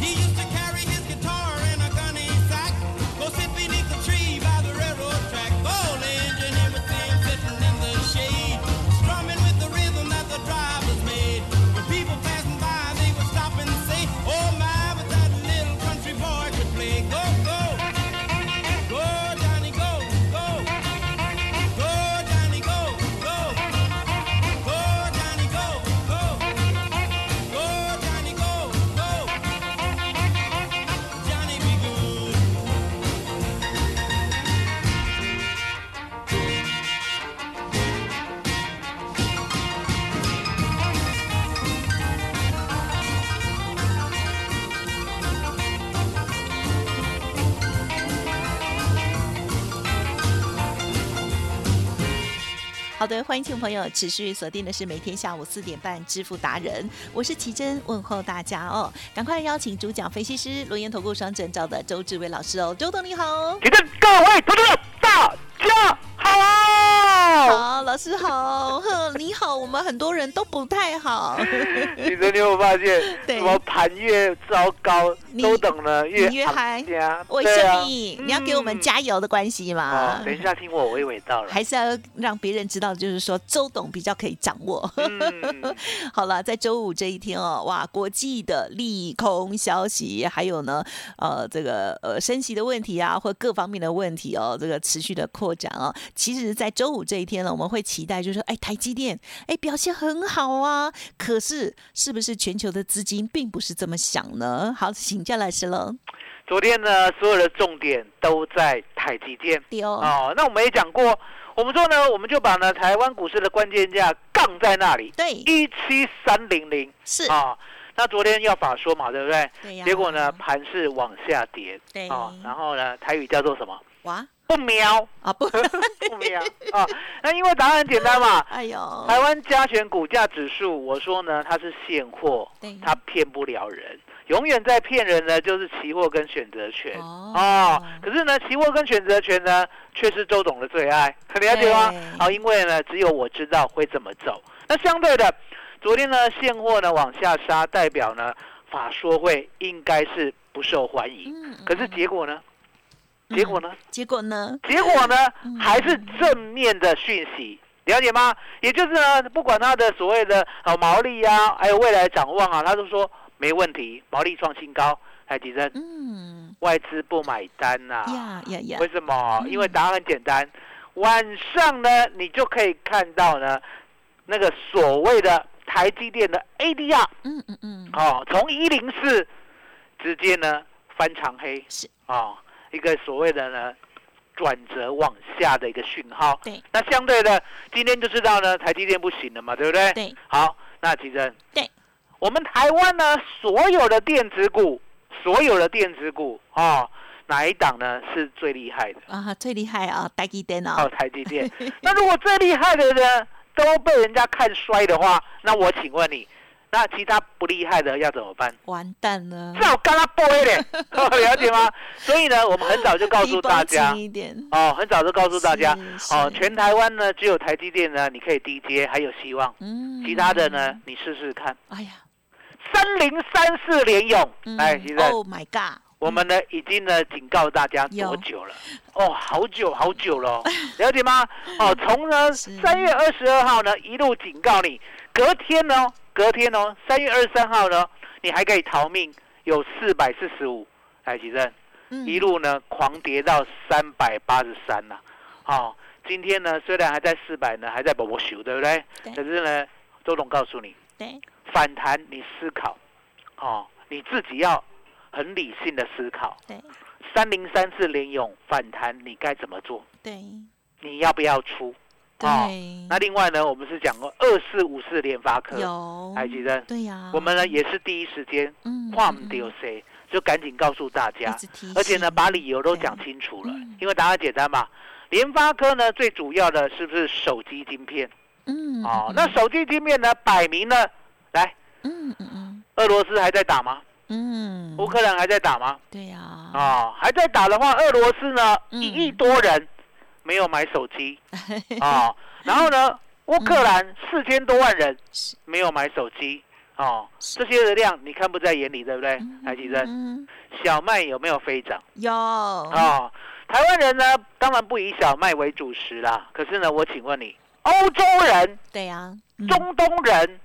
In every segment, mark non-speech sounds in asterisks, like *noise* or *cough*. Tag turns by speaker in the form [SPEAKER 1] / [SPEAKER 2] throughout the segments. [SPEAKER 1] He used to carry his guitar in a gunny sack. Go sit beneath the tree by the railroad track. Old engineer would see him sitting in the shade, strumming with the rhythm that the drivers made. When people passing by, they would stop and say, Oh my, but that little country boy could play. Go, go, go, Johnny, go, go, go, Johnny, go, go, go, Johnny, go, go, go, Johnny, go, go. Johnny be good.
[SPEAKER 2] 好的，欢迎听众朋友持续锁定的是每天下午四点半《支付达人》，我是奇珍，问候大家哦！赶快邀请主讲分析师、轮研投顾双证照的周志伟老师哦，周董你 *laughs* 好，
[SPEAKER 3] 请问各位同志们大家好。
[SPEAKER 2] 好，老师好，哼，你好，我们很多人都不太好，
[SPEAKER 3] 其实你有没有发现，
[SPEAKER 2] *laughs* 对
[SPEAKER 3] 什么盘越糟糕，
[SPEAKER 2] 你
[SPEAKER 3] 都等了越
[SPEAKER 2] 你越嗨
[SPEAKER 3] 对啊，
[SPEAKER 2] 为
[SPEAKER 3] 对
[SPEAKER 2] 什
[SPEAKER 3] 啊嗯
[SPEAKER 2] 么？你要给我们啊加油的关系
[SPEAKER 3] 哦
[SPEAKER 2] 嘛？，
[SPEAKER 3] 等一下听我娓娓道
[SPEAKER 2] *laughs*
[SPEAKER 3] 来。
[SPEAKER 2] 还是要让别人知道，就是说周董比较可以掌握。 *laughs*
[SPEAKER 3] 嗯，
[SPEAKER 2] 好了，在周五这一天哦，哇，国际的利空消息，还有呢，呃，这个呃升息的问题啊，或各方面的问题哦，这个持续的扩展哦。其实，在周五这一天呢，我们会期待就是说，哎，台积电，哎，表现很好啊。可是，是不是全球的资金并不是这么想呢？好，请教老师喽。
[SPEAKER 3] 昨天呢，所有的重点都在台积电。
[SPEAKER 2] 丢、
[SPEAKER 3] 哦，那我们也讲过，我们说呢，我们就把呢台湾股市的关键价杠在那里，
[SPEAKER 2] 对，
[SPEAKER 3] 一七三零零
[SPEAKER 2] 是，
[SPEAKER 3] 啊。那昨天要法说嘛，对不对？
[SPEAKER 2] 对呀、
[SPEAKER 3] 结果呢，？盘是往下跌
[SPEAKER 2] 对，
[SPEAKER 3] 啊，然后呢，台语叫做什么？
[SPEAKER 2] 哇 *laughs*
[SPEAKER 3] 不瞄，
[SPEAKER 2] 啊
[SPEAKER 3] *laughs*
[SPEAKER 2] 不，
[SPEAKER 3] 不瞄啊。那因为答案很简单嘛，
[SPEAKER 2] 哎呦，
[SPEAKER 3] 台湾加权股价指数，我说呢，它是现货
[SPEAKER 2] 对，
[SPEAKER 3] 它骗不了人。永远在骗人的就是期货跟选择权
[SPEAKER 2] 哦
[SPEAKER 3] 啊可是呢，期货跟选择权呢，却是周董的最爱，你了解吗
[SPEAKER 2] 对？
[SPEAKER 3] 好，因为呢，只有我知道会怎么走。那相对的，昨天呢，现货呢往下杀，代表呢法说会应该是不受欢迎。
[SPEAKER 2] 嗯，嗯
[SPEAKER 3] 可是结果呢？结果呢？
[SPEAKER 2] 结果呢？
[SPEAKER 3] 结果呢
[SPEAKER 2] 嗯，
[SPEAKER 3] 还是正面的讯息，了解吗？也就是呢，不管它的所谓的呃毛利啊，还有未来展望啊，他都说没问题，毛利创新高。海迪生，
[SPEAKER 2] 嗯，
[SPEAKER 3] 外资不买单啊呐、
[SPEAKER 2] 呀呀呀
[SPEAKER 3] 为，什么？
[SPEAKER 2] 嗯
[SPEAKER 3] 因为答案很简单，晚上呢，你就可以看到呢，那个所谓的台积电的 ADR
[SPEAKER 2] 嗯嗯嗯，
[SPEAKER 3] 哦，从一零四直接呢翻长黑，
[SPEAKER 2] 是
[SPEAKER 3] 哦，一个所谓的呢转折往下的一个讯号。
[SPEAKER 2] 对，
[SPEAKER 3] 那相对的，今天就知道呢，台积电不行了嘛，对不对？。
[SPEAKER 2] 对，
[SPEAKER 3] 好，那其实
[SPEAKER 2] 对，
[SPEAKER 3] 我们台湾呢所有的电子股，所有的电子股哦，哪一档呢是最厉害的？
[SPEAKER 2] 啊，最厉害啊，台积
[SPEAKER 3] *laughs*
[SPEAKER 2] 电
[SPEAKER 3] 哦，
[SPEAKER 2] 啊，
[SPEAKER 3] 台积
[SPEAKER 2] *laughs*
[SPEAKER 3] 电。那如果最厉害的呢都被人家看衰的话，那我请问你，那其他不厉害的要怎么办？
[SPEAKER 2] 完蛋了，
[SPEAKER 3] 照刚刚播一
[SPEAKER 2] *laughs*
[SPEAKER 3] 点，哦了解吗？所以呢，我们很早就告诉大
[SPEAKER 2] 低
[SPEAKER 3] 家
[SPEAKER 2] 风，险一点，
[SPEAKER 3] 哦，很早就告诉大家，
[SPEAKER 2] 是
[SPEAKER 3] 哦，
[SPEAKER 2] 是
[SPEAKER 3] 全台湾呢只有台积电呢，你可以低接，还有希望，
[SPEAKER 2] 嗯，
[SPEAKER 3] 其他的呢，，你试试看。
[SPEAKER 2] 哎呀，
[SPEAKER 3] 三零三四联哎勇，
[SPEAKER 2] 嗯
[SPEAKER 3] 来，其实
[SPEAKER 2] ，Oh my God，
[SPEAKER 3] 我们呢已经呢警告大家
[SPEAKER 2] 有
[SPEAKER 3] 多久了？哦，好久好
[SPEAKER 2] *laughs*
[SPEAKER 3] 久了哦，了解吗？哦，从呢
[SPEAKER 2] 是
[SPEAKER 3] 三月二十二号呢一路警告你，隔天呢、哦，隔天哦，三月二十三号呢，你还可以逃命，有四百四十五，来，奇正。
[SPEAKER 2] 嗯
[SPEAKER 3] 一路呢狂跌到三百八十三呐，哦，今天呢虽然还在四百呢，还在波波修，对不对？
[SPEAKER 2] 对
[SPEAKER 3] 可是呢，周董告诉你，
[SPEAKER 2] 对，
[SPEAKER 3] 反弹你思考，哦，你自己要很理性的思考。
[SPEAKER 2] 对，
[SPEAKER 3] 三零三四联勇反弹你该怎么做？
[SPEAKER 2] 对，
[SPEAKER 3] 你要不要出？哦
[SPEAKER 2] 对，
[SPEAKER 3] 那另外呢，我们是讲过二四五四联发科，
[SPEAKER 2] 嗯有，
[SPEAKER 3] 台积电，
[SPEAKER 2] 对呀，
[SPEAKER 3] 哎我们呢也是第一时间
[SPEAKER 2] 嗯
[SPEAKER 3] 跨不丢谁，就赶紧告诉大家，而且呢把理由都讲清楚了
[SPEAKER 2] 嗯，
[SPEAKER 3] 因为答案简单嘛。联发科呢最主要的是不是手机晶片？
[SPEAKER 2] 嗯
[SPEAKER 3] 哦，那手机晶片呢摆明呢，来，
[SPEAKER 2] 嗯嗯嗯
[SPEAKER 3] 俄罗斯还在打吗？
[SPEAKER 2] 嗯，
[SPEAKER 3] 乌克兰还在打吗？
[SPEAKER 2] 对呀，
[SPEAKER 3] 哦，还在打的话，俄罗斯呢
[SPEAKER 2] 啊嗯
[SPEAKER 3] 一亿多人没有买手
[SPEAKER 2] *laughs*
[SPEAKER 3] 机哦，然后呢，乌克兰四千多万人
[SPEAKER 2] 嗯是
[SPEAKER 3] 没有买手机哦，
[SPEAKER 2] 是
[SPEAKER 3] 这些的量你看不在眼里，对不对？台积电
[SPEAKER 2] 嗯
[SPEAKER 3] 小麦有没有飞涨
[SPEAKER 2] 有
[SPEAKER 3] 哦？台湾人呢，当然不以小麦为主食啦。可是呢，我请问你，欧洲人、
[SPEAKER 2] 对呀，嗯
[SPEAKER 3] 中东人，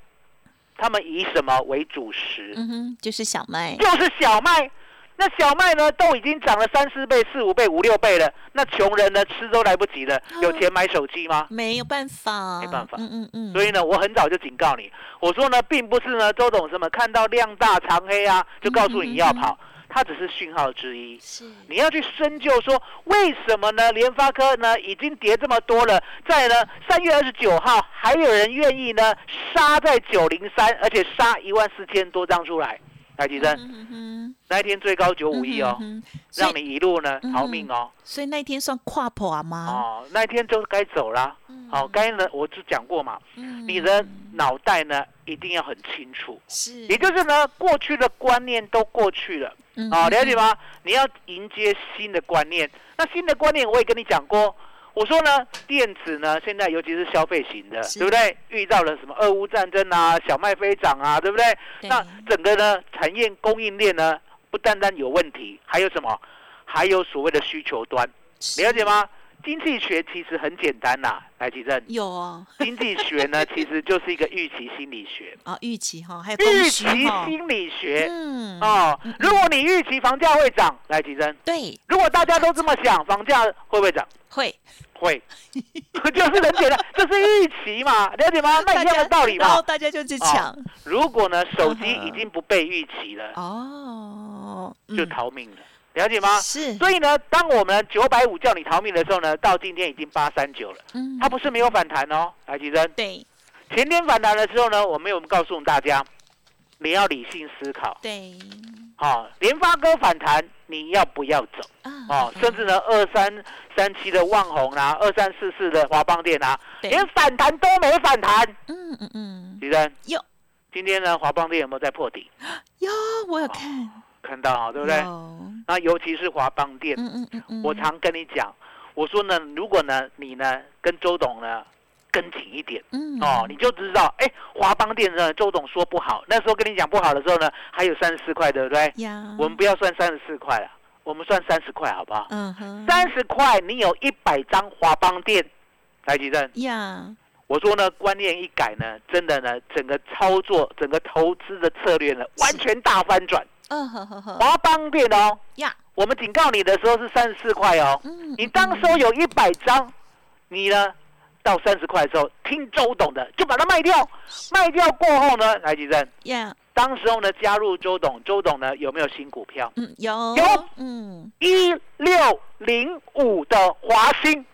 [SPEAKER 3] 他们以什么为主食？
[SPEAKER 2] 嗯哼，就是小
[SPEAKER 3] *laughs*
[SPEAKER 2] 麦，
[SPEAKER 3] 就是小麦。那小麦呢，都已经涨了三四倍、四五倍、五六倍了。那穷人呢，吃都来不及了，有钱买手机吗？
[SPEAKER 2] 没有办法，
[SPEAKER 3] 没办法
[SPEAKER 2] 嗯嗯嗯，
[SPEAKER 3] 所以呢，我很早就警告你，我说呢，并不是呢，周董什么看到量大长黑啊，就告诉你要跑，它只是讯号之一。
[SPEAKER 2] 是
[SPEAKER 3] 你要去深究说为什么呢？联发科呢已经跌这么多了，在呢三月二十九号还有人愿意呢杀在九零三，而且杀一万四千多张出来，来提升，
[SPEAKER 2] 嗯哼，
[SPEAKER 3] 那一天最高九五一哦，
[SPEAKER 2] 嗯哼，所
[SPEAKER 3] 让
[SPEAKER 2] 以
[SPEAKER 3] 你一路呢逃命哦。
[SPEAKER 2] 所以那一天算跨破嗯啊嗯吗？
[SPEAKER 3] 哦，那一天就该走啦。好、该呢我就讲过嘛，
[SPEAKER 2] 嗯
[SPEAKER 3] 你的脑袋呢一定要很清楚，
[SPEAKER 2] 是
[SPEAKER 3] 也就是呢过去的观念都过去了。
[SPEAKER 2] 嗯
[SPEAKER 3] 啊，
[SPEAKER 2] 哼
[SPEAKER 3] 了解吗？你要迎接新的观念。那新的观念我也跟你讲过，我说呢，电子呢现在尤其是消费型的，
[SPEAKER 2] 是
[SPEAKER 3] 对不对？遇到了什么俄乌战争啊，小麦飞涨啊，对不对？
[SPEAKER 2] 对
[SPEAKER 3] 那整个呢产业供应链呢不单单有问题，还有什么？还有所谓的需求端，了解？吗？经济学其实很简单呐、来吉
[SPEAKER 2] *laughs*
[SPEAKER 3] 正
[SPEAKER 2] 是，有哦，
[SPEAKER 3] 经济学呢其实就是一个预期心
[SPEAKER 2] *laughs*
[SPEAKER 3] 理学，
[SPEAKER 2] 啊，预期哈，还有供
[SPEAKER 3] 预
[SPEAKER 2] 需
[SPEAKER 3] 期
[SPEAKER 2] 哈，
[SPEAKER 3] 心理学。
[SPEAKER 2] 嗯，
[SPEAKER 3] 哦，如果你预期房价会涨，来提升。
[SPEAKER 2] 对，
[SPEAKER 3] 如果大家都这么想，房价会不会涨？
[SPEAKER 2] 会，
[SPEAKER 3] 会， *laughs* 就是很简单，
[SPEAKER 2] *laughs*
[SPEAKER 3] 这是预期嘛，了解吗？那一样的道理
[SPEAKER 2] 然后
[SPEAKER 3] 嘛。
[SPEAKER 2] 大家就去抢
[SPEAKER 3] 如果呢，手机
[SPEAKER 2] 嗯哼
[SPEAKER 3] 已经不被预期了，
[SPEAKER 2] 哦，
[SPEAKER 3] 就
[SPEAKER 2] 嗯
[SPEAKER 3] 逃命了，了解吗？
[SPEAKER 2] 是，
[SPEAKER 3] 所以呢，当我们九百五叫你逃命的时候呢，到今天已经八三九了，
[SPEAKER 2] 嗯
[SPEAKER 3] 它不是没有反弹哦，来提升。
[SPEAKER 2] 对
[SPEAKER 3] 前天反弹的时候呢，我们有告诉大家，你要理性思考。
[SPEAKER 2] 对
[SPEAKER 3] 好、联发科反弹，你要不要走？
[SPEAKER 2] 啊
[SPEAKER 3] 哦，甚至呢，二三三七的万红啊，二三四四的华邦店啊，
[SPEAKER 2] 对
[SPEAKER 3] 连反弹都没反弹。
[SPEAKER 2] 嗯嗯嗯，
[SPEAKER 3] 李生，
[SPEAKER 2] 有
[SPEAKER 3] 今天呢，华邦店有没有在破底？
[SPEAKER 2] 有，我有看，
[SPEAKER 3] 看到哦啊，
[SPEAKER 2] 对
[SPEAKER 3] 对不对？
[SPEAKER 2] 嗯
[SPEAKER 3] 那尤其是华邦店，
[SPEAKER 2] 嗯嗯嗯，
[SPEAKER 3] 我常跟你讲，我说呢，如果呢，你呢跟周董呢跟紧一点
[SPEAKER 2] 嗯
[SPEAKER 3] 哦，你就知道，哎，华邦店呢，周董说不好，那时候跟你讲不好的时候呢，还有三十四块，对不对？
[SPEAKER 2] 呀，
[SPEAKER 3] 我们不要算三十四块了，我们算三十块好不好？
[SPEAKER 2] 嗯哼
[SPEAKER 3] 三十块，你有一百张华邦店，台积电。
[SPEAKER 2] 呀，
[SPEAKER 3] 我说呢，观念一改呢，真的呢，整个操作、整个投资的策略呢，完全大翻转。
[SPEAKER 2] 嗯呵呵呵
[SPEAKER 3] 华邦店哦，
[SPEAKER 2] 呀，
[SPEAKER 3] 我们警告你的时候是三十四块哦，
[SPEAKER 2] 嗯，
[SPEAKER 3] 你当时候有一百张，你呢到三十块的时候，听周董的就把它卖掉，卖掉过后呢，台积电
[SPEAKER 2] 呀，
[SPEAKER 3] 当时候呢加入周董，周董呢有没有新股票？
[SPEAKER 2] 嗯有
[SPEAKER 3] 有，
[SPEAKER 2] 嗯
[SPEAKER 3] 一六零五的华兴，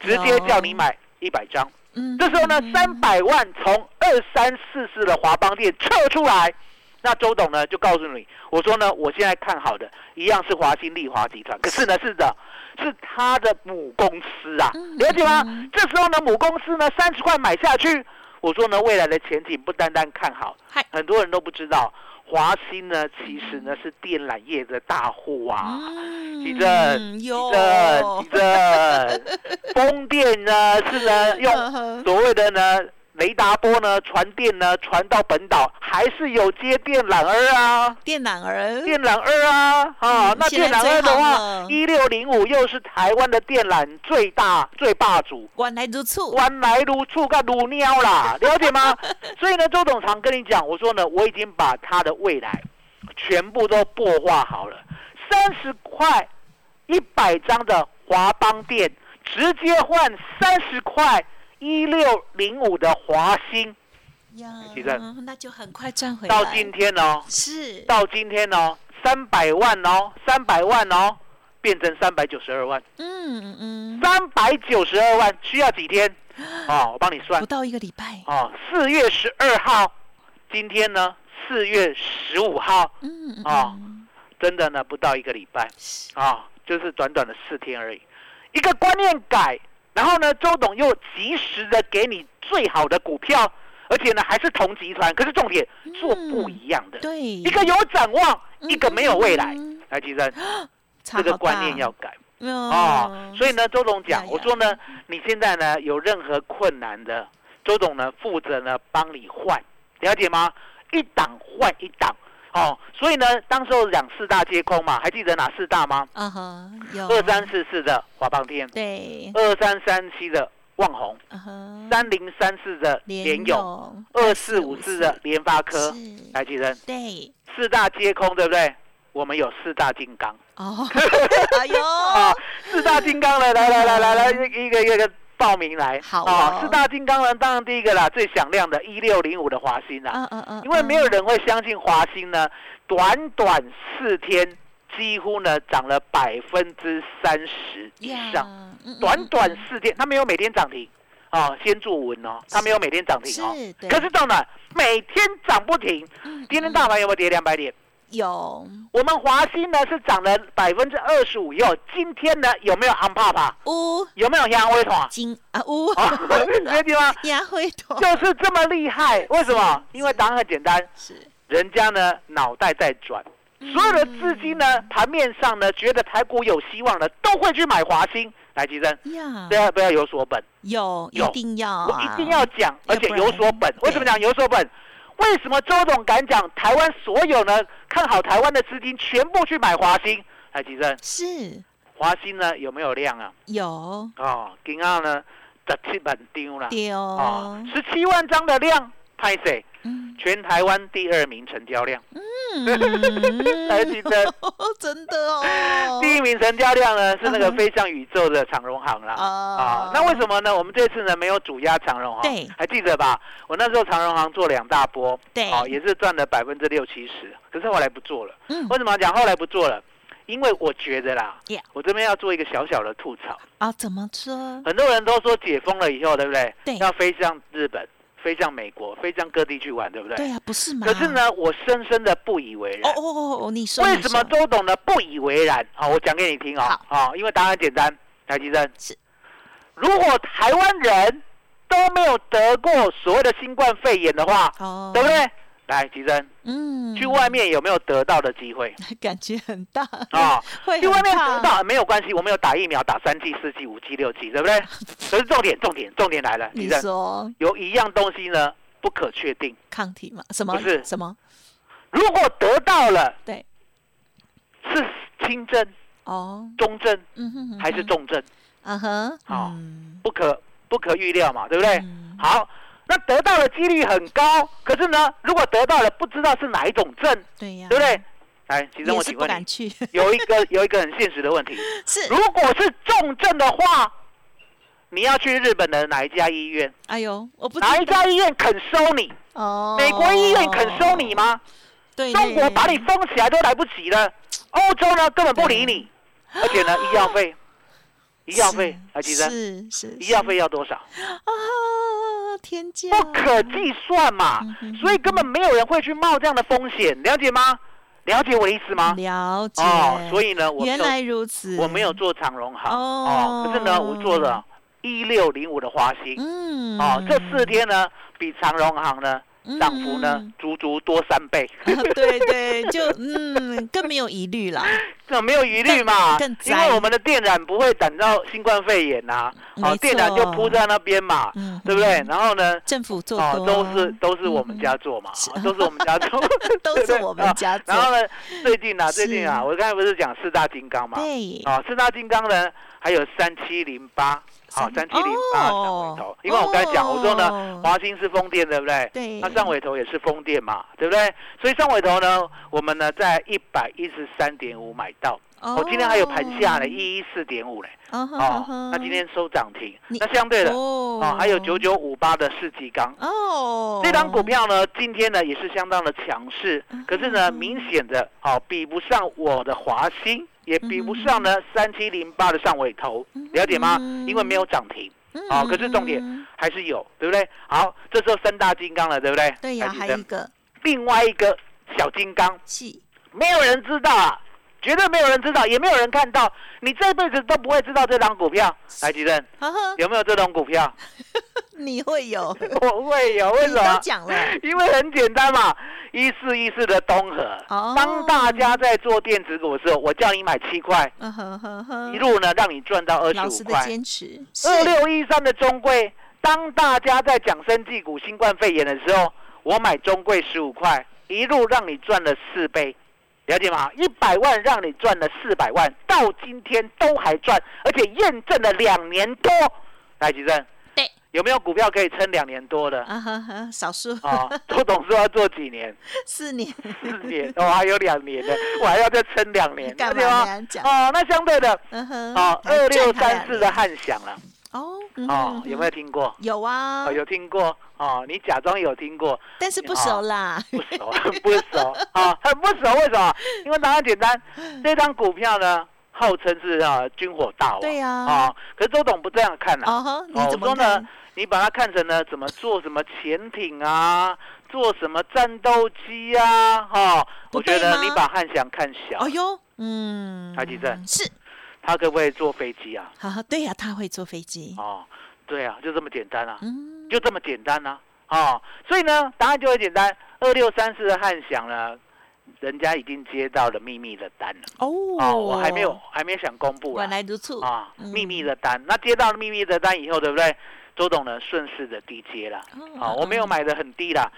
[SPEAKER 3] 直接叫你买一百张。
[SPEAKER 2] 嗯，
[SPEAKER 3] 这时候呢，三百万从二三四四的华邦店撤出来。那周董呢就告诉你，我说呢，我现在看好的一样是华兴利华集团，可是呢是的，是他的母公司啊
[SPEAKER 2] 嗯，
[SPEAKER 3] 了解吗
[SPEAKER 2] 嗯？
[SPEAKER 3] 这时候呢，母公司呢三十块买下去，我说呢未来的前景不单单看好
[SPEAKER 2] 嗨，
[SPEAKER 3] 很多人都不知道，华兴呢其实呢是电缆业的大户啊。
[SPEAKER 2] 嗯，
[SPEAKER 3] 地震
[SPEAKER 2] 有，
[SPEAKER 3] 这这风电呢是呢用
[SPEAKER 2] 用
[SPEAKER 3] 所谓的呢雷达波呢传电呢传到本岛，还是有接电缆儿啊，
[SPEAKER 2] 电缆儿，
[SPEAKER 3] 电缆儿啊，啊
[SPEAKER 2] 嗯，
[SPEAKER 3] 那电缆儿的话，
[SPEAKER 2] 现
[SPEAKER 3] 一六零五又是台湾的电缆最大最霸主。
[SPEAKER 2] 原来如此，
[SPEAKER 3] 玩来如处干如喵啦，了解吗？所以呢，周董常跟你讲，我说呢，我已经把他的未来全部都擘画好了，三十块一百张的华邦店，直接换三十块一六零五的华兴，
[SPEAKER 2] 呀
[SPEAKER 3] 地震
[SPEAKER 2] 那就很快赚回来。
[SPEAKER 3] 到今天哦，
[SPEAKER 2] 是
[SPEAKER 3] 到今天哦，三百万哦，三百万哦，变成三百九十二万，
[SPEAKER 2] 嗯嗯
[SPEAKER 3] 三百九十二万需要几天？啊，我帮你算
[SPEAKER 2] 不到一个礼拜，
[SPEAKER 3] 啊，四月十二号，今天呢四月十五号，
[SPEAKER 2] 嗯嗯
[SPEAKER 3] 啊
[SPEAKER 2] 嗯
[SPEAKER 3] 真的呢不到一个礼拜
[SPEAKER 2] 是
[SPEAKER 3] 啊，就是短短的四天而已，一个观念改，然后呢，周董又及时的给你最好的股票，而且呢还是同集团，可是重点做不一样的，
[SPEAKER 2] 嗯对，
[SPEAKER 3] 一个有展望，一个没有未来
[SPEAKER 2] 嗯嗯嗯。
[SPEAKER 3] 来，其实
[SPEAKER 2] 差
[SPEAKER 3] 这个
[SPEAKER 2] 好
[SPEAKER 3] 观
[SPEAKER 2] 大
[SPEAKER 3] 念要改啊
[SPEAKER 2] 哦，，
[SPEAKER 3] 所以呢，周董
[SPEAKER 2] 呀
[SPEAKER 3] 讲，我
[SPEAKER 2] 呀
[SPEAKER 3] 说呢，你现在呢有任何困难的，周董呢负责呢帮你换，了解吗？一档换一档哦，所以呢，当时候讲四大皆空嘛，还记得哪四大吗？
[SPEAKER 2] 啊哈，有
[SPEAKER 3] 二三四四的华邦天，
[SPEAKER 2] 对，
[SPEAKER 3] 二三三七的旺宏，
[SPEAKER 2] 啊哈，
[SPEAKER 3] 三零三四的联友，
[SPEAKER 2] 勇
[SPEAKER 3] 二四五四的联发科，
[SPEAKER 2] 是
[SPEAKER 3] 来记得
[SPEAKER 2] 对
[SPEAKER 3] 四大皆空，对不对？我们有四大金刚。 *laughs*
[SPEAKER 2] 哦，哎呦，
[SPEAKER 3] 啊，四大金刚呢？来来来来来，一个一个一个报名来。
[SPEAKER 2] 嗯好哦
[SPEAKER 3] 啊，四大金刚呢，当然第一个啦，最响亮的，一六零五的华兴啦，
[SPEAKER 2] 嗯嗯嗯，
[SPEAKER 3] 因为没有
[SPEAKER 2] 嗯
[SPEAKER 3] 人会相信华兴呢，短短四天几乎呢涨了百分之三十以上，
[SPEAKER 2] 呀嗯嗯
[SPEAKER 3] 短
[SPEAKER 2] 嗯
[SPEAKER 3] 短
[SPEAKER 2] 嗯
[SPEAKER 3] 四天，它没有每天涨停。哦，先做文哦，它没有每天涨停哦
[SPEAKER 2] 是，对
[SPEAKER 3] 可是到哪每天涨不停。
[SPEAKER 2] 嗯
[SPEAKER 3] 今天
[SPEAKER 2] 嗯
[SPEAKER 3] 大盘有没有跌两百点？
[SPEAKER 2] 有
[SPEAKER 3] 我们华兴呢是涨了百分之二十五以后，今天呢有没有昂爸爸？
[SPEAKER 2] 乌
[SPEAKER 3] 有没有香
[SPEAKER 2] *laughs*
[SPEAKER 3] 灰团？
[SPEAKER 2] 金啊乌 *laughs*
[SPEAKER 3] 啊， *laughs* 这地方
[SPEAKER 2] 牙会痛
[SPEAKER 3] 就是这么厉害，为什么？因为答案很简单，
[SPEAKER 2] 是
[SPEAKER 3] 人家呢脑袋在转，
[SPEAKER 2] 嗯
[SPEAKER 3] 所有的资金呢盘面上呢觉得台股有希望的，都会去买华兴。来，吉珍，
[SPEAKER 2] 呀
[SPEAKER 3] 不，要不要有所本，
[SPEAKER 2] 有一
[SPEAKER 3] 有
[SPEAKER 2] 定要
[SPEAKER 3] 我
[SPEAKER 2] 啊
[SPEAKER 3] 一定要讲，而且有所本。
[SPEAKER 2] 对
[SPEAKER 3] 为什么讲有所本？为什么周董敢讲台湾所有呢看好台湾的资金全部去买华兴？来，吉珍，
[SPEAKER 2] 是
[SPEAKER 3] 华兴呢有没有量啊？
[SPEAKER 2] 有
[SPEAKER 3] 哦，今仔呢十七万张啦，
[SPEAKER 2] 丢
[SPEAKER 3] 哦，十七万张的量，拍谁？
[SPEAKER 2] 嗯
[SPEAKER 3] 全台湾第二名成交量， *laughs* 台积
[SPEAKER 2] 嗯，
[SPEAKER 3] 电
[SPEAKER 2] *laughs* 真的哦，
[SPEAKER 3] 第一名成交量呢是那个
[SPEAKER 2] 嗯哼
[SPEAKER 3] 飞向宇宙的长荣行啦。
[SPEAKER 2] 哦
[SPEAKER 3] 啊，那为什么呢？我们这次呢没有主压长荣行，
[SPEAKER 2] 对
[SPEAKER 3] 还记得吧？我那时候长荣行做两大波，
[SPEAKER 2] 对
[SPEAKER 3] 哦，也是赚了百分之六七十，可是后来不做了。
[SPEAKER 2] 嗯
[SPEAKER 3] 为什么讲后来不做了？因为我觉得啦
[SPEAKER 2] Yeah
[SPEAKER 3] 我这边要做一个小小的吐槽。
[SPEAKER 2] 啊？怎么说？
[SPEAKER 3] *laughs* 很多人都说解封了以后，对不对？
[SPEAKER 2] 对
[SPEAKER 3] 要飞向日本，飞向美国，飞向各地去玩，对不对？
[SPEAKER 2] 对啊，不是吗？
[SPEAKER 3] 可是，呢，我深深的不以为
[SPEAKER 2] 哦
[SPEAKER 3] 然。
[SPEAKER 2] 哦哦哦，你说
[SPEAKER 3] 为
[SPEAKER 2] 你
[SPEAKER 3] 什么
[SPEAKER 2] 说
[SPEAKER 3] 周董呢不以为然？好，我讲给你听哦。好、因为答案很简单，台积生
[SPEAKER 2] 是。
[SPEAKER 3] 如果台湾人都没有得过所谓的新冠肺炎的话，
[SPEAKER 2] 哦，
[SPEAKER 3] 对不？对？来，吉珍，
[SPEAKER 2] 嗯，
[SPEAKER 3] 去外面有没有得到的机会
[SPEAKER 2] *laughs* 感觉很大
[SPEAKER 3] 啊？
[SPEAKER 2] *laughs* 会
[SPEAKER 3] 去外面
[SPEAKER 2] 很哎
[SPEAKER 3] 得
[SPEAKER 2] 怕
[SPEAKER 3] 到没有关系，我们有打疫苗，打三剂、四剂、五剂、六剂，对
[SPEAKER 2] *laughs*
[SPEAKER 3] 不对？可是重点，重点，重点来了，
[SPEAKER 2] 你
[SPEAKER 3] 吉珍
[SPEAKER 2] 说
[SPEAKER 3] 有一样东西呢不可确定，
[SPEAKER 2] 抗体吗？什么
[SPEAKER 3] 不是
[SPEAKER 2] 什么？
[SPEAKER 3] 如果得到了
[SPEAKER 2] 对，
[SPEAKER 3] 是轻症、
[SPEAKER 2] 哦，
[SPEAKER 3] 中症
[SPEAKER 2] 嗯哼哼
[SPEAKER 3] 还是
[SPEAKER 2] 哼
[SPEAKER 3] 重症，
[SPEAKER 2] 啊哈，
[SPEAKER 3] 哦
[SPEAKER 2] 嗯
[SPEAKER 3] 不可不可预料嘛，对不对？
[SPEAKER 2] 嗯
[SPEAKER 3] 好，那得到的几率很高，可是呢，如果得到了不知道是哪一种症，
[SPEAKER 2] 对呀，
[SPEAKER 3] 对不对？来，其中
[SPEAKER 2] 也
[SPEAKER 3] 我
[SPEAKER 2] 是
[SPEAKER 3] 请
[SPEAKER 2] 不
[SPEAKER 3] 问
[SPEAKER 2] 敢嗯
[SPEAKER 3] 你，
[SPEAKER 2] 去，
[SPEAKER 3] 有一个 *laughs* 有一个很现实的问题，
[SPEAKER 2] *laughs* 是
[SPEAKER 3] 如果是重症的话，你要去日本的哪一家医院？
[SPEAKER 2] 哎呦，我不知
[SPEAKER 3] 哪一
[SPEAKER 2] 道
[SPEAKER 3] 家医院肯收你？
[SPEAKER 2] 哦，
[SPEAKER 3] 美国医院肯收你？吗？
[SPEAKER 2] 对，
[SPEAKER 3] 中国
[SPEAKER 2] 对
[SPEAKER 3] 把你封起来都来不及了，欧洲呢根本不理你，而且呢医药费，医药费
[SPEAKER 2] *laughs* 是
[SPEAKER 3] 还记得？
[SPEAKER 2] 是啊是
[SPEAKER 3] 医药
[SPEAKER 2] 是
[SPEAKER 3] 费要多少？
[SPEAKER 2] 啊，天价，
[SPEAKER 3] 不可计算嘛
[SPEAKER 2] 嗯哼，
[SPEAKER 3] 所以根本没有人会去冒这样的风险，了解吗？了解我的意思吗？
[SPEAKER 2] 了解
[SPEAKER 3] 啊哦，所以呢，我没
[SPEAKER 2] 原
[SPEAKER 3] 有
[SPEAKER 2] 来如此，
[SPEAKER 3] 我没有，做长荣行
[SPEAKER 2] 哦
[SPEAKER 3] 哦，可是呢，我做了一六零五的华兴
[SPEAKER 2] 嗯，
[SPEAKER 3] 哦，这四天呢比长荣行呢涨幅呢
[SPEAKER 2] 嗯
[SPEAKER 3] 足足多三倍。
[SPEAKER 2] 啊 *laughs* 对对，就嗯，更没有疑虑啦。
[SPEAKER 3] 这没有疑虑嘛
[SPEAKER 2] 更更，
[SPEAKER 3] 因
[SPEAKER 2] 宅
[SPEAKER 3] 为我们的电缆不会等到新冠肺炎呐、
[SPEAKER 2] 没
[SPEAKER 3] 啊，
[SPEAKER 2] 错
[SPEAKER 3] 哦，电缆就铺在那边嘛，
[SPEAKER 2] 嗯
[SPEAKER 3] 对不对？然后呢，
[SPEAKER 2] 政府做
[SPEAKER 3] 哦，
[SPEAKER 2] 多，嗯
[SPEAKER 3] 都是都是我们家做嘛，
[SPEAKER 2] 是，
[SPEAKER 3] 啊都是我们家做
[SPEAKER 2] *laughs* 都是我们家做
[SPEAKER 3] 对不对啊然后呢，最近啊，
[SPEAKER 2] 是
[SPEAKER 3] 最近啊，我刚才不是讲四大金刚嘛？
[SPEAKER 2] 对，
[SPEAKER 3] 啊，四大金刚呢，还有三七零八。好，
[SPEAKER 2] 三
[SPEAKER 3] 三七零八上尾头，因为我刚才讲，我说
[SPEAKER 2] 哦
[SPEAKER 3] 呢，华兴是风电，对不对？
[SPEAKER 2] 对
[SPEAKER 3] 那上尾头也是风电嘛，对不对？所以上尾头呢，我们呢在一百一十三点五买到，
[SPEAKER 2] 哦
[SPEAKER 3] 我、今天还有盘下呢，一一四点五嘞，
[SPEAKER 2] 哦，呵呵
[SPEAKER 3] 哦
[SPEAKER 2] 呵，
[SPEAKER 3] 那今天收涨停
[SPEAKER 2] 你。
[SPEAKER 3] 那相对的，
[SPEAKER 2] 哦
[SPEAKER 3] 哦，还有九九五八的世纪钢，
[SPEAKER 2] 哦，
[SPEAKER 3] 这张股票呢，今天呢也是相当的强势
[SPEAKER 2] 嗯哼，
[SPEAKER 3] 可是呢，明显的，哦，比不上我的华兴，也比不上呢三七零八的上尾头，了解吗
[SPEAKER 2] 嗯？
[SPEAKER 3] 因为没有涨停，啊，可是重点
[SPEAKER 2] 嗯
[SPEAKER 3] 还是有，对不对？好，这时候三大金刚了，对不对？
[SPEAKER 2] 对呀、
[SPEAKER 3] 台积
[SPEAKER 2] 还
[SPEAKER 3] 电
[SPEAKER 2] 有一个
[SPEAKER 3] 另外一个小金刚，
[SPEAKER 2] 是
[SPEAKER 3] 没有人知道啊，绝对没有人知道，也没有人看到，你这辈子都不会知道这张股票。来，吉正，
[SPEAKER 2] 呵呵，
[SPEAKER 3] 有没有这种股
[SPEAKER 2] *laughs*
[SPEAKER 3] 票？
[SPEAKER 2] *laughs* 你会有，
[SPEAKER 3] 我会有，为什
[SPEAKER 2] 你都
[SPEAKER 3] 么？
[SPEAKER 2] 讲了，
[SPEAKER 3] 因为很简单嘛，一四一四的东河，
[SPEAKER 2] 哦
[SPEAKER 3] 当大家在做电子股的时候，我叫你买七块，
[SPEAKER 2] 嗯哼哼哼
[SPEAKER 3] 一，路呢让你赚到二十
[SPEAKER 2] 老
[SPEAKER 3] 五
[SPEAKER 2] 师的
[SPEAKER 3] 块。
[SPEAKER 2] 坚持是
[SPEAKER 3] 二六一三的中贵，当大家在讲生技股、新冠肺炎的时候，我买中贵十五块，一路让你赚了四倍，了解吗？一百万让你赚了四百万，到今天都还赚，而且验证了两年多。来，吉正，
[SPEAKER 2] 对，
[SPEAKER 3] 有没有股票可以撑两年多的？
[SPEAKER 2] 啊哈哈，少数
[SPEAKER 3] 啊，
[SPEAKER 2] *laughs*
[SPEAKER 3] 周董说要做几年？
[SPEAKER 2] 四年，
[SPEAKER 3] 四年，哦，还有两
[SPEAKER 2] *laughs*
[SPEAKER 3] 年呢，我还要再撑两年，
[SPEAKER 2] 干嘛
[SPEAKER 3] 了
[SPEAKER 2] 那
[SPEAKER 3] 解吗？
[SPEAKER 2] 样讲？
[SPEAKER 3] 哦，那相对的，
[SPEAKER 2] 嗯哼，
[SPEAKER 3] 哦，
[SPEAKER 2] 还
[SPEAKER 3] 二六
[SPEAKER 2] 赚他
[SPEAKER 3] 三
[SPEAKER 2] 两
[SPEAKER 3] 四的
[SPEAKER 2] 年
[SPEAKER 3] 汉翔了，
[SPEAKER 2] 哦，嗯
[SPEAKER 3] 哦，有
[SPEAKER 2] 有？
[SPEAKER 3] 没有听过？
[SPEAKER 2] 有啊
[SPEAKER 3] 哦，，有哦听过哦，你假装有
[SPEAKER 2] *laughs*
[SPEAKER 3] 听过，
[SPEAKER 2] 但是不熟啦，
[SPEAKER 3] 不熟，很不熟啊，很不熟。为什么？因为答案简单，
[SPEAKER 2] 嗯
[SPEAKER 3] 这张股票呢，号称是啊军火大王，
[SPEAKER 2] 对呀
[SPEAKER 3] 啊，可是周董不这样看啊。
[SPEAKER 2] 哦呵，你
[SPEAKER 3] 哦
[SPEAKER 2] 怎么
[SPEAKER 3] 我说呢
[SPEAKER 2] 看？？
[SPEAKER 3] 你把它看成呢，怎么做什么潜艇啊，做什么战斗机啊，哈、
[SPEAKER 2] 不
[SPEAKER 3] 我
[SPEAKER 2] 对
[SPEAKER 3] 觉
[SPEAKER 2] 吗
[SPEAKER 3] 得你把汉翔看小
[SPEAKER 2] 哦，哟，嗯，
[SPEAKER 3] 台积电
[SPEAKER 2] 是，
[SPEAKER 3] 它可不可以坐飞机啊？
[SPEAKER 2] 哈哈，对呀，他会坐飞机，
[SPEAKER 3] 哦，对啊，就这么简单啊。
[SPEAKER 2] 嗯，
[SPEAKER 3] 就这么简单呐、啊，哦，所以呢，答案就很简单，二六三四的汉翔呢，人家已经接到了秘密的单了，
[SPEAKER 2] 哦，
[SPEAKER 3] 哦，我还没有，还没想公布
[SPEAKER 2] 原
[SPEAKER 3] 啊，
[SPEAKER 2] 来如此，
[SPEAKER 3] 啊，
[SPEAKER 2] 嗯
[SPEAKER 3] 秘密的单，那接到秘密的单以后，对不对？周董呢，顺势的低接了，
[SPEAKER 2] 哦
[SPEAKER 3] 啊，我没有买的很低啦，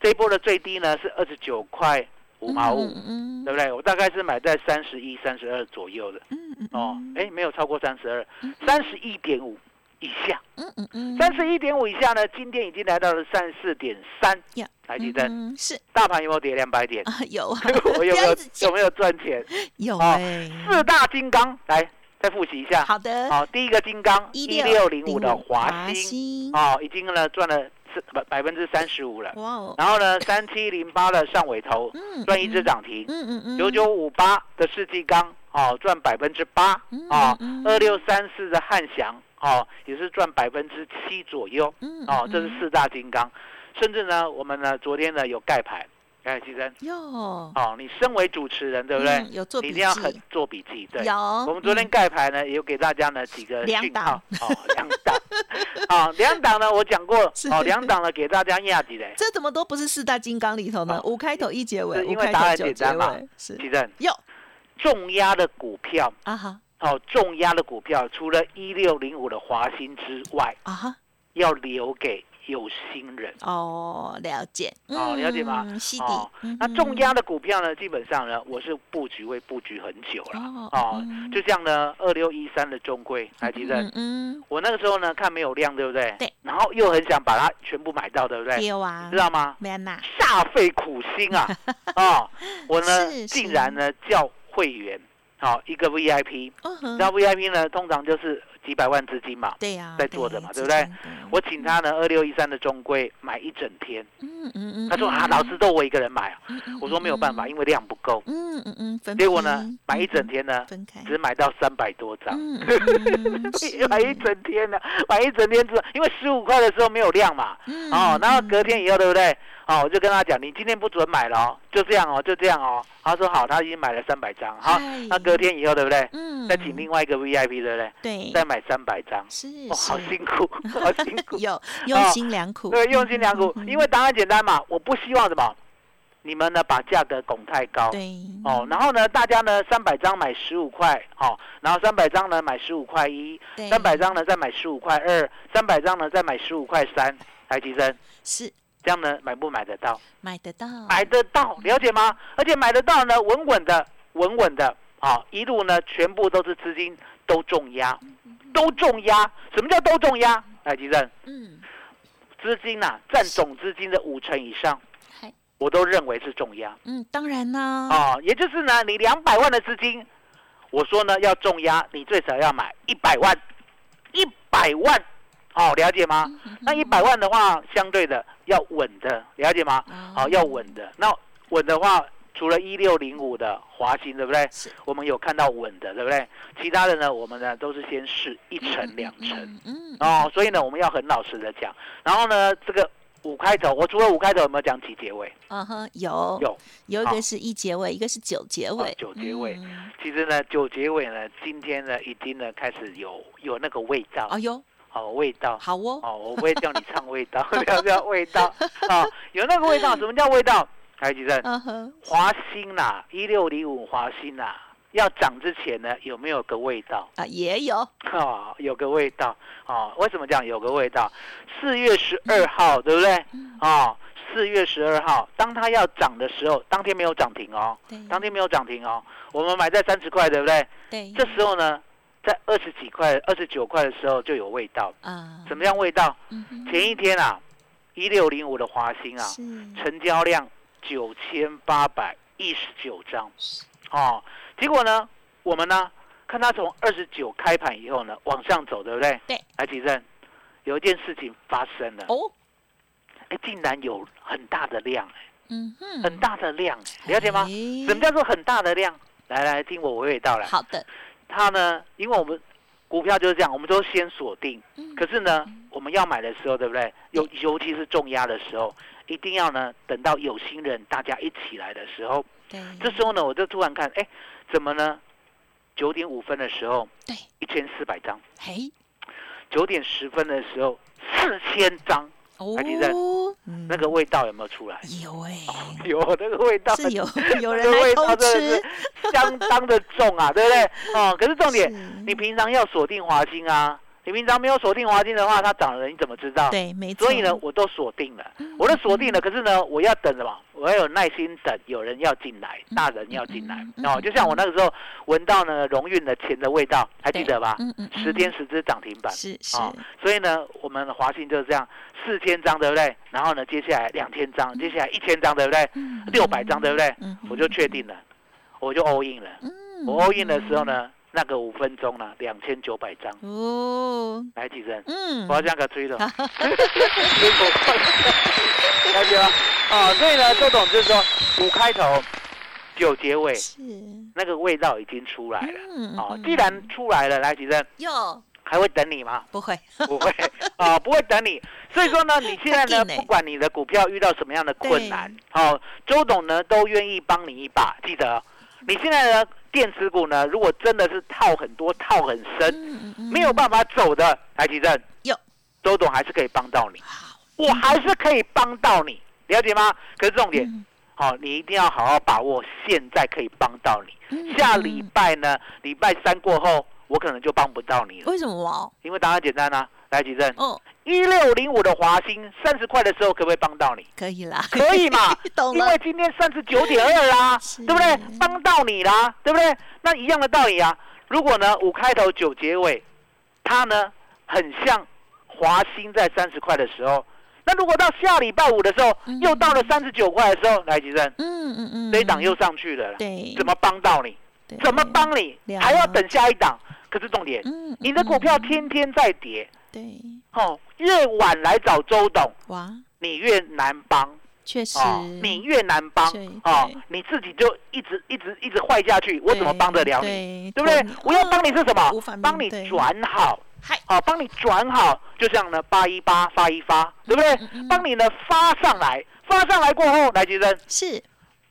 [SPEAKER 3] 这一波的最低呢是二十九块五毛五，
[SPEAKER 2] 嗯
[SPEAKER 3] 对不对？我大概是买在三十一、三十二左右的，
[SPEAKER 2] 嗯嗯，
[SPEAKER 3] 哦，哎，没有超过三十二，三十一点五以下。
[SPEAKER 2] 嗯嗯嗯，
[SPEAKER 3] 三十一点五以下呢，今天已经来到了三四点三
[SPEAKER 2] Yeah，。
[SPEAKER 3] 台积电
[SPEAKER 2] 嗯是
[SPEAKER 3] 大盘有没有跌两百 *laughs* 点？
[SPEAKER 2] 啊，有啊，
[SPEAKER 3] 我有
[SPEAKER 2] 不
[SPEAKER 3] 没
[SPEAKER 2] 要一
[SPEAKER 3] 有
[SPEAKER 2] 直讲
[SPEAKER 3] 有没有赚钱？
[SPEAKER 2] 有
[SPEAKER 3] 哦
[SPEAKER 2] 哎，
[SPEAKER 3] 四大金刚来再复习一下。
[SPEAKER 2] 好的，
[SPEAKER 3] 好，第一个金刚一六零五的华兴，
[SPEAKER 2] 兴，
[SPEAKER 3] 哦，已经呢赚了四百百分之三十五了。
[SPEAKER 2] 哇哦，
[SPEAKER 3] 然后呢，三七零八的上尾头
[SPEAKER 2] 嗯
[SPEAKER 3] 赚一只，涨停，
[SPEAKER 2] 嗯嗯嗯，
[SPEAKER 3] 九九五八的世纪钢哦赚百分之八
[SPEAKER 2] 嗯
[SPEAKER 3] 哦
[SPEAKER 2] 嗯，
[SPEAKER 3] 二六三四的汉翔哦也是赚百分之七左右。
[SPEAKER 2] 嗯，嗯
[SPEAKER 3] 哦，这是
[SPEAKER 2] 嗯
[SPEAKER 3] 四大金刚，甚至呢，我们呢昨天呢有盖牌，哎，其实
[SPEAKER 2] 哟，
[SPEAKER 3] 哦，你身为主持人，对不对？
[SPEAKER 2] 嗯有做
[SPEAKER 3] 你
[SPEAKER 2] 笔记
[SPEAKER 3] 一定，要很做笔记，对。
[SPEAKER 2] 有，
[SPEAKER 3] 我们昨天
[SPEAKER 2] 嗯
[SPEAKER 3] 盖牌呢，也有给大家呢几个
[SPEAKER 2] 两
[SPEAKER 3] 讯
[SPEAKER 2] 档
[SPEAKER 3] 号哦，两
[SPEAKER 2] *laughs*
[SPEAKER 3] 档，哦，两档呢，我讲过
[SPEAKER 2] 是
[SPEAKER 3] 哦，两档呢给大家压几嘞，
[SPEAKER 2] 这怎么都不是四大金刚里头呢？
[SPEAKER 3] 哦
[SPEAKER 2] 五开头一结尾，
[SPEAKER 3] 是
[SPEAKER 2] 五
[SPEAKER 3] 因为
[SPEAKER 2] 开
[SPEAKER 3] 答
[SPEAKER 2] 头
[SPEAKER 3] 案
[SPEAKER 2] 九
[SPEAKER 3] 简
[SPEAKER 2] 结
[SPEAKER 3] 单嘛
[SPEAKER 2] 尾，是
[SPEAKER 3] 其实
[SPEAKER 2] 哟
[SPEAKER 3] 重压的股票
[SPEAKER 2] 啊哈
[SPEAKER 3] 哦，重压的股票除了一六零五的华兴之外，
[SPEAKER 2] 啊哈
[SPEAKER 3] 要留给有心人。
[SPEAKER 2] 哦，了解
[SPEAKER 3] 哦了解吗
[SPEAKER 2] 嗯西底
[SPEAKER 3] 哦，
[SPEAKER 2] 嗯
[SPEAKER 3] 那
[SPEAKER 2] 哼
[SPEAKER 3] 重压的股票呢，基本上呢，我是布局会布局很久了。
[SPEAKER 2] 哦
[SPEAKER 3] 哦
[SPEAKER 2] 嗯，
[SPEAKER 3] 就像呢，二六一三的中规，还记得？
[SPEAKER 2] 嗯嗯
[SPEAKER 3] 我那个时候呢，看没有量，对不对？
[SPEAKER 2] 对。
[SPEAKER 3] 然后又很想把它全部买到，对不对？
[SPEAKER 2] 丢啊
[SPEAKER 3] 知，道吗？
[SPEAKER 2] 没娜
[SPEAKER 3] 煞费苦
[SPEAKER 2] *laughs*
[SPEAKER 3] 心啊！哦，我呢，
[SPEAKER 2] 是
[SPEAKER 3] 竟然呢叫会员，好、一个 VIP，
[SPEAKER 2] 嗯哼
[SPEAKER 3] 那 VIP 呢，通常就是几百万资金嘛。
[SPEAKER 2] 对呀，
[SPEAKER 3] 在做的嘛对
[SPEAKER 2] 之
[SPEAKER 3] 不对
[SPEAKER 2] 前的
[SPEAKER 3] 我请他呢，二六一三的中规买一整天。
[SPEAKER 2] 嗯嗯嗯，
[SPEAKER 3] 他说啊，
[SPEAKER 2] 嗯
[SPEAKER 3] 老师，都我一个人买啊。
[SPEAKER 2] 嗯嗯
[SPEAKER 3] 我说没有办法，
[SPEAKER 2] 嗯
[SPEAKER 3] 因为量不够。
[SPEAKER 2] 嗯嗯嗯，分
[SPEAKER 3] *laughs* 结果呢
[SPEAKER 2] 批，
[SPEAKER 3] 买一整
[SPEAKER 2] 嗯
[SPEAKER 3] 天呢，
[SPEAKER 2] 分开，
[SPEAKER 3] 只买到三百多张。
[SPEAKER 2] 嗯，
[SPEAKER 3] *laughs*
[SPEAKER 2] 嗯是
[SPEAKER 3] 买一整天呢、买一整天之后，因为十五块的时候没有量嘛，
[SPEAKER 2] 嗯
[SPEAKER 3] 哦，然后
[SPEAKER 2] 嗯
[SPEAKER 3] 隔天以后，对不对？哦，我就跟他讲，你今天不准买了哦，就这样哦，就这样哦。他说好，他已经买了三百张，好
[SPEAKER 2] 嗨，
[SPEAKER 3] 那隔天以后，对不对？
[SPEAKER 2] 哎嗯，
[SPEAKER 3] 再请另外一个 VIP，对不对？
[SPEAKER 2] 对
[SPEAKER 3] 再买三百张，
[SPEAKER 2] 是
[SPEAKER 3] 哦，好
[SPEAKER 2] 是 *laughs*
[SPEAKER 3] 辛苦，好辛苦，哦
[SPEAKER 2] 有用心良苦，
[SPEAKER 3] *laughs* 对，用心良苦
[SPEAKER 2] 嗯嗯嗯，
[SPEAKER 3] 因为答案简单嘛，我不希望什么，你们呢把价格拱太高，
[SPEAKER 2] 对
[SPEAKER 3] 哦，然后呢，大家呢三百张买十五块，哦，然后三百张呢买十五块一，
[SPEAKER 2] 对
[SPEAKER 3] 三百张呢再买十五块二，三百张呢再买十五块三，台积生，
[SPEAKER 2] 是
[SPEAKER 3] 这样呢买不买得到？
[SPEAKER 2] 买得到，
[SPEAKER 3] 买得到，了解吗？而且买得到呢，稳稳的，稳稳的，啊、一路呢全部都是资金都重压，都重压。什么叫都重压？台积生，
[SPEAKER 2] 嗯，
[SPEAKER 3] 资金呐、占总资金的五成以上
[SPEAKER 2] 嗨，
[SPEAKER 3] 我都认为是重压。
[SPEAKER 2] 嗯，当然啦、
[SPEAKER 3] 哦，也就是呢，你两百万的资金，我说呢要重压，你最少要买一百万，一百万，哦，了解吗？
[SPEAKER 2] 嗯
[SPEAKER 3] 那一百万的话，相对的要稳的，了解吗？
[SPEAKER 2] 哦
[SPEAKER 3] 哦，要稳的。那稳的话，除了一六零五的华兴，对不对
[SPEAKER 2] 是？
[SPEAKER 3] 我们有看到稳的，对不对？其他的呢，我们呢都是先试一层两层
[SPEAKER 2] 嗯，
[SPEAKER 3] 哦，所以呢，我们要很老实的讲。然后呢，这个五开头，我除了五开头有没有讲几结尾？
[SPEAKER 2] 嗯哼，有
[SPEAKER 3] 有。
[SPEAKER 2] 有一
[SPEAKER 3] 好哦
[SPEAKER 2] 个是一结尾，一个是九结尾，
[SPEAKER 3] 九结尾
[SPEAKER 2] 嗯
[SPEAKER 3] 其实呢，九结尾呢，今天呢已经呢开始有有那个味道
[SPEAKER 2] 哦，哟，
[SPEAKER 3] 哦，味道。
[SPEAKER 2] 好哦，
[SPEAKER 3] 哦，我不会叫你唱味道， *laughs* 不要叫味道
[SPEAKER 2] *laughs*
[SPEAKER 3] 啊、哦，有那个味道，什么叫味道？台积电
[SPEAKER 2] 嗯哼，
[SPEAKER 3] 华兴啦，一六零五华兴啦，要涨之前呢，有没有个味道？
[SPEAKER 2] 啊，也有，
[SPEAKER 3] 哦，有个味道哦。为什么讲有个味道？四月十二
[SPEAKER 2] 嗯
[SPEAKER 3] 号，对不对？哦，四月十二号，当它要涨的时候，当天没有涨停哦，
[SPEAKER 2] 对，
[SPEAKER 3] 当天没有涨停哦，我们买在三十块，对不对？
[SPEAKER 2] 对，
[SPEAKER 3] 这时候呢，在二十几块、二十九块的时候就有味道。
[SPEAKER 2] 啊，
[SPEAKER 3] 怎么样味道？
[SPEAKER 2] 嗯哼
[SPEAKER 3] 前一天啊，一六零五的华兴啊，
[SPEAKER 2] 是
[SPEAKER 3] 成交量九千八百一十九张，哦，结果呢，我们呢看它从二十九开盘以后呢往上走，对不对？
[SPEAKER 2] 对。
[SPEAKER 3] 来，奇正，有一件事情发生了，
[SPEAKER 2] 哦，
[SPEAKER 3] 哎、竟然有很大的量，
[SPEAKER 2] 嗯哼，
[SPEAKER 3] 很大的量，了解吗？
[SPEAKER 2] 哎
[SPEAKER 3] 什么叫做很大的量？来来，听我娓娓道来。
[SPEAKER 2] 好的，
[SPEAKER 3] 它呢，因为我们股票就是这样，我们都先锁定。
[SPEAKER 2] 嗯
[SPEAKER 3] 可是呢，我们要买的时候，对不对？尤尤其是重压的时候，一定要呢等到有心人大家一起来的时候，
[SPEAKER 2] 对，
[SPEAKER 3] 这时候呢，我就突然看，哎，怎么呢？九点五分的时候，
[SPEAKER 2] 对，
[SPEAKER 3] 一千四百张；
[SPEAKER 2] 嘿，
[SPEAKER 3] 九点十分的时候，四千张。
[SPEAKER 2] 哦
[SPEAKER 3] 还记得，
[SPEAKER 2] 嗯
[SPEAKER 3] 那个味道有没有出来？
[SPEAKER 2] 有
[SPEAKER 3] *laughs*
[SPEAKER 2] 哎，
[SPEAKER 3] 有那个味道，
[SPEAKER 2] 是有
[SPEAKER 3] *laughs*
[SPEAKER 2] 有
[SPEAKER 3] 那
[SPEAKER 2] 人
[SPEAKER 3] 个
[SPEAKER 2] 来
[SPEAKER 3] 味道
[SPEAKER 2] 偷吃
[SPEAKER 3] 真的是，相当的重啊，对不对？哦，可是重点，
[SPEAKER 2] 是
[SPEAKER 3] 你平常要锁定华金啊，你平常没有锁定华金的话，它涨了你怎么知道？
[SPEAKER 2] 对，没错，嗯
[SPEAKER 3] 所以呢，我都锁定了，我都锁定了。可是呢，我要等什么？我要有耐心等，有人要进来，大人要进来
[SPEAKER 2] 嗯嗯。嗯
[SPEAKER 3] 哦，就像我那个时候闻到呢荣运的钱的味道，还记得吧？
[SPEAKER 2] 嗯嗯，嗯
[SPEAKER 3] 十天十只涨停板。
[SPEAKER 2] 是是，
[SPEAKER 3] 哦，所以呢，我们华信就是这样，四千张对不对？然后呢，接下来两千张，接下来一千张对不对？
[SPEAKER 2] 嗯
[SPEAKER 3] 六百张对不对？
[SPEAKER 2] 嗯
[SPEAKER 3] 我就确定了，我就 all in 了。
[SPEAKER 2] 嗯
[SPEAKER 3] 我 all in 的时候呢，那个五分钟呢，两千九百张，
[SPEAKER 2] 哦，
[SPEAKER 3] 来几声。
[SPEAKER 2] 嗯
[SPEAKER 3] 我，要这样给吹
[SPEAKER 2] *laughs*
[SPEAKER 3] 了， *laughs* 结果放了解吗？啊，所以呢，周董就是说五开头，九结尾，
[SPEAKER 2] 是，嗯
[SPEAKER 3] 那个味道已经出来了。啊，
[SPEAKER 2] 嗯
[SPEAKER 3] 既然出来了，来几声
[SPEAKER 2] 哟，
[SPEAKER 3] 还会等你吗？
[SPEAKER 2] 不会，
[SPEAKER 3] *laughs* 不会啊，不会等你。所以说呢，你现在
[SPEAKER 2] 还
[SPEAKER 3] 呢，
[SPEAKER 2] 定呢
[SPEAKER 3] 不管你的股票遇到什么样的困难，好、周董呢都愿意帮你一把。记得，你现在呢电子股呢，如果真的是套很多、套很深，
[SPEAKER 2] 嗯嗯
[SPEAKER 3] 没有办法走的，台积电
[SPEAKER 2] 有，嗯
[SPEAKER 3] 周董还是可以帮到你，我还是可以帮到你，了解吗？可是重点，
[SPEAKER 2] 嗯
[SPEAKER 3] 好、你一定要好好把握现在可以帮到你。
[SPEAKER 2] 嗯
[SPEAKER 3] 下
[SPEAKER 2] 嗯
[SPEAKER 3] 礼
[SPEAKER 2] 嗯
[SPEAKER 3] 拜呢，礼拜三过后，我可能就帮不到你了，
[SPEAKER 2] 为什么？
[SPEAKER 3] 因为答案简单啊。来，吉正，
[SPEAKER 2] 哦，
[SPEAKER 3] 一六零五的华兴三十块的时候，可不可以帮到
[SPEAKER 2] *laughs*
[SPEAKER 3] 你？
[SPEAKER 2] 可以啦，？
[SPEAKER 3] 可以嘛
[SPEAKER 2] 懂
[SPEAKER 3] 因
[SPEAKER 2] 了
[SPEAKER 3] 为今天三十九点二啦，
[SPEAKER 2] 是
[SPEAKER 3] 对不对？帮到你啦，对不对？那一样的道理啊。如果呢五开头九结尾，它呢很像华兴在三十块的时候，那如果到下礼拜五的时候、
[SPEAKER 2] 嗯
[SPEAKER 3] 又到了三十九块的时候，来吉生，
[SPEAKER 2] 嗯嗯嗯，
[SPEAKER 3] 这一档又上去了啦，
[SPEAKER 2] 对，
[SPEAKER 3] 怎么帮到你？
[SPEAKER 2] 对
[SPEAKER 3] 怎么？帮你
[SPEAKER 2] 了？
[SPEAKER 3] 还要等下一档。可是重点，
[SPEAKER 2] 嗯，
[SPEAKER 3] 你的股票
[SPEAKER 2] 嗯嗯
[SPEAKER 3] 天天在跌，
[SPEAKER 2] 对，
[SPEAKER 3] 哦，越晚来找周董，
[SPEAKER 2] 哇，
[SPEAKER 3] 你越难帮。
[SPEAKER 2] 确实
[SPEAKER 3] 哦，，你越难帮
[SPEAKER 2] 对
[SPEAKER 3] 哦
[SPEAKER 2] 对，
[SPEAKER 3] 你自己就一直一直一直坏下去，我怎么帮得了你？
[SPEAKER 2] 对哦
[SPEAKER 3] 对不对？我要帮你是什
[SPEAKER 2] 无
[SPEAKER 3] 么
[SPEAKER 2] 法面？
[SPEAKER 3] 帮你
[SPEAKER 2] 对
[SPEAKER 3] 转好
[SPEAKER 2] 嗨，
[SPEAKER 3] 哦，帮你转好，就像呢八一八发一发，对不
[SPEAKER 2] 嗯
[SPEAKER 3] 对
[SPEAKER 2] 嗯？
[SPEAKER 3] 帮你呢发上来，发上来过后，来吉生
[SPEAKER 2] 是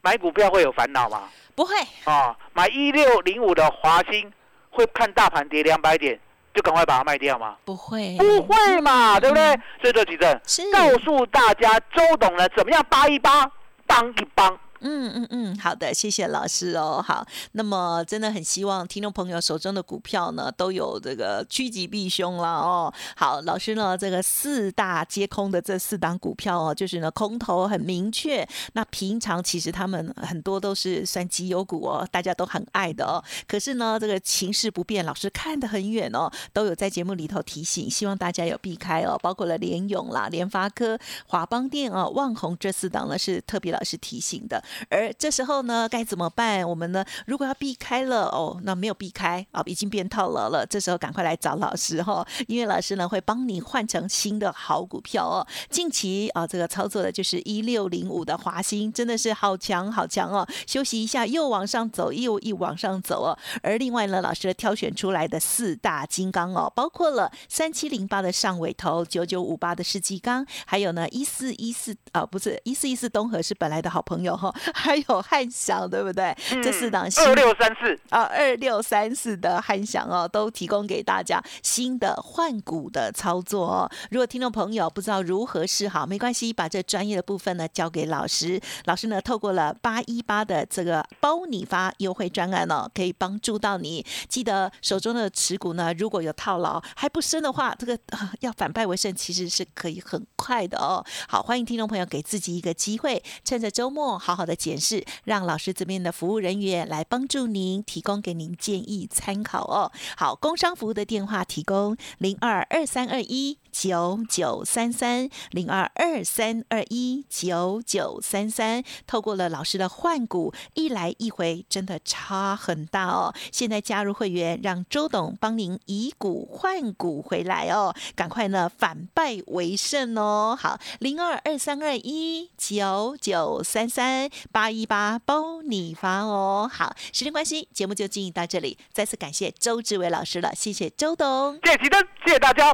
[SPEAKER 3] 买股票会有烦恼吗？
[SPEAKER 2] 不会，
[SPEAKER 3] 哦，买一六零五的华兴会看大盘跌两百点，就赶快把它卖掉吗？
[SPEAKER 2] 不会，嗯
[SPEAKER 3] 不会嘛，对不对？所以说，吉正
[SPEAKER 2] 是
[SPEAKER 3] 告诉大家，周董呢怎么样八一八帮一帮。
[SPEAKER 2] 嗯嗯嗯，好的，谢谢老师哦。好，那么真的很希望听众朋友手中的股票呢都有这个趋吉避凶啦哦。好，老师呢这个四大皆空的这四档股票哦，就是呢空头很明确，那平常其实他们很多都是算绩优股哦，大家都很爱的哦。可是呢这个情势不变，老师看得很远哦，都有在节目里头提醒，希望大家有避开哦，包括了联勇啦、联发科、华邦电啊、旺宏这四档呢是特别老师提醒的。而这时候呢，该怎么办？我们呢，如果要避开了哦，那没有避开啊、已经变套牢了。这时候赶快来找老师哈、因为老师呢会帮你换成新的好股票哦。近期啊、这个操作的就是一六零五的华兴，真的是好强好强哦。休息一下，又往上走，又一往上走哦。而另外呢，老师挑选出来的四大金刚哦，包括了三七零八的上尾头，九九五八的世纪钢，还有呢一四一四啊，不是一四一四东河是本来的好朋友哈、哦还有汉翔，对不对？这四档新
[SPEAKER 3] 嗯二六三四，
[SPEAKER 2] 啊，二六三四的汉翔哦，都提供给大家新的换股的操作哦。如果听众朋友不知道如何是好，没关系，把这专业的部分呢交给老师。老师呢，透过了八一八的这个包你发优惠专案哦，可以帮助到你。记得手中的持股呢，如果有套牢还不深的话，这个、啊要反败为胜，其实是可以很快的哦。好，欢迎听众朋友给自己一个机会，趁着周末好好的检视，让老师这边的服务人员来帮助您，提供给您建议参考哦。好，工商服务的电话提供零二二三二一九九三三零二二三二一九九三三。透过了老师的换股，一来一回真的差很大哦。现在加入会员，让周董帮您以股换股回来哦，赶快呢反败为胜哦。好，零二二三二一九九三三八一八包你发哦。好，时间关系，节目就进行到这里，再次感谢周志伟老师了，谢谢周董。
[SPEAKER 3] 谢谢提灯，谢谢大家，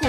[SPEAKER 4] 股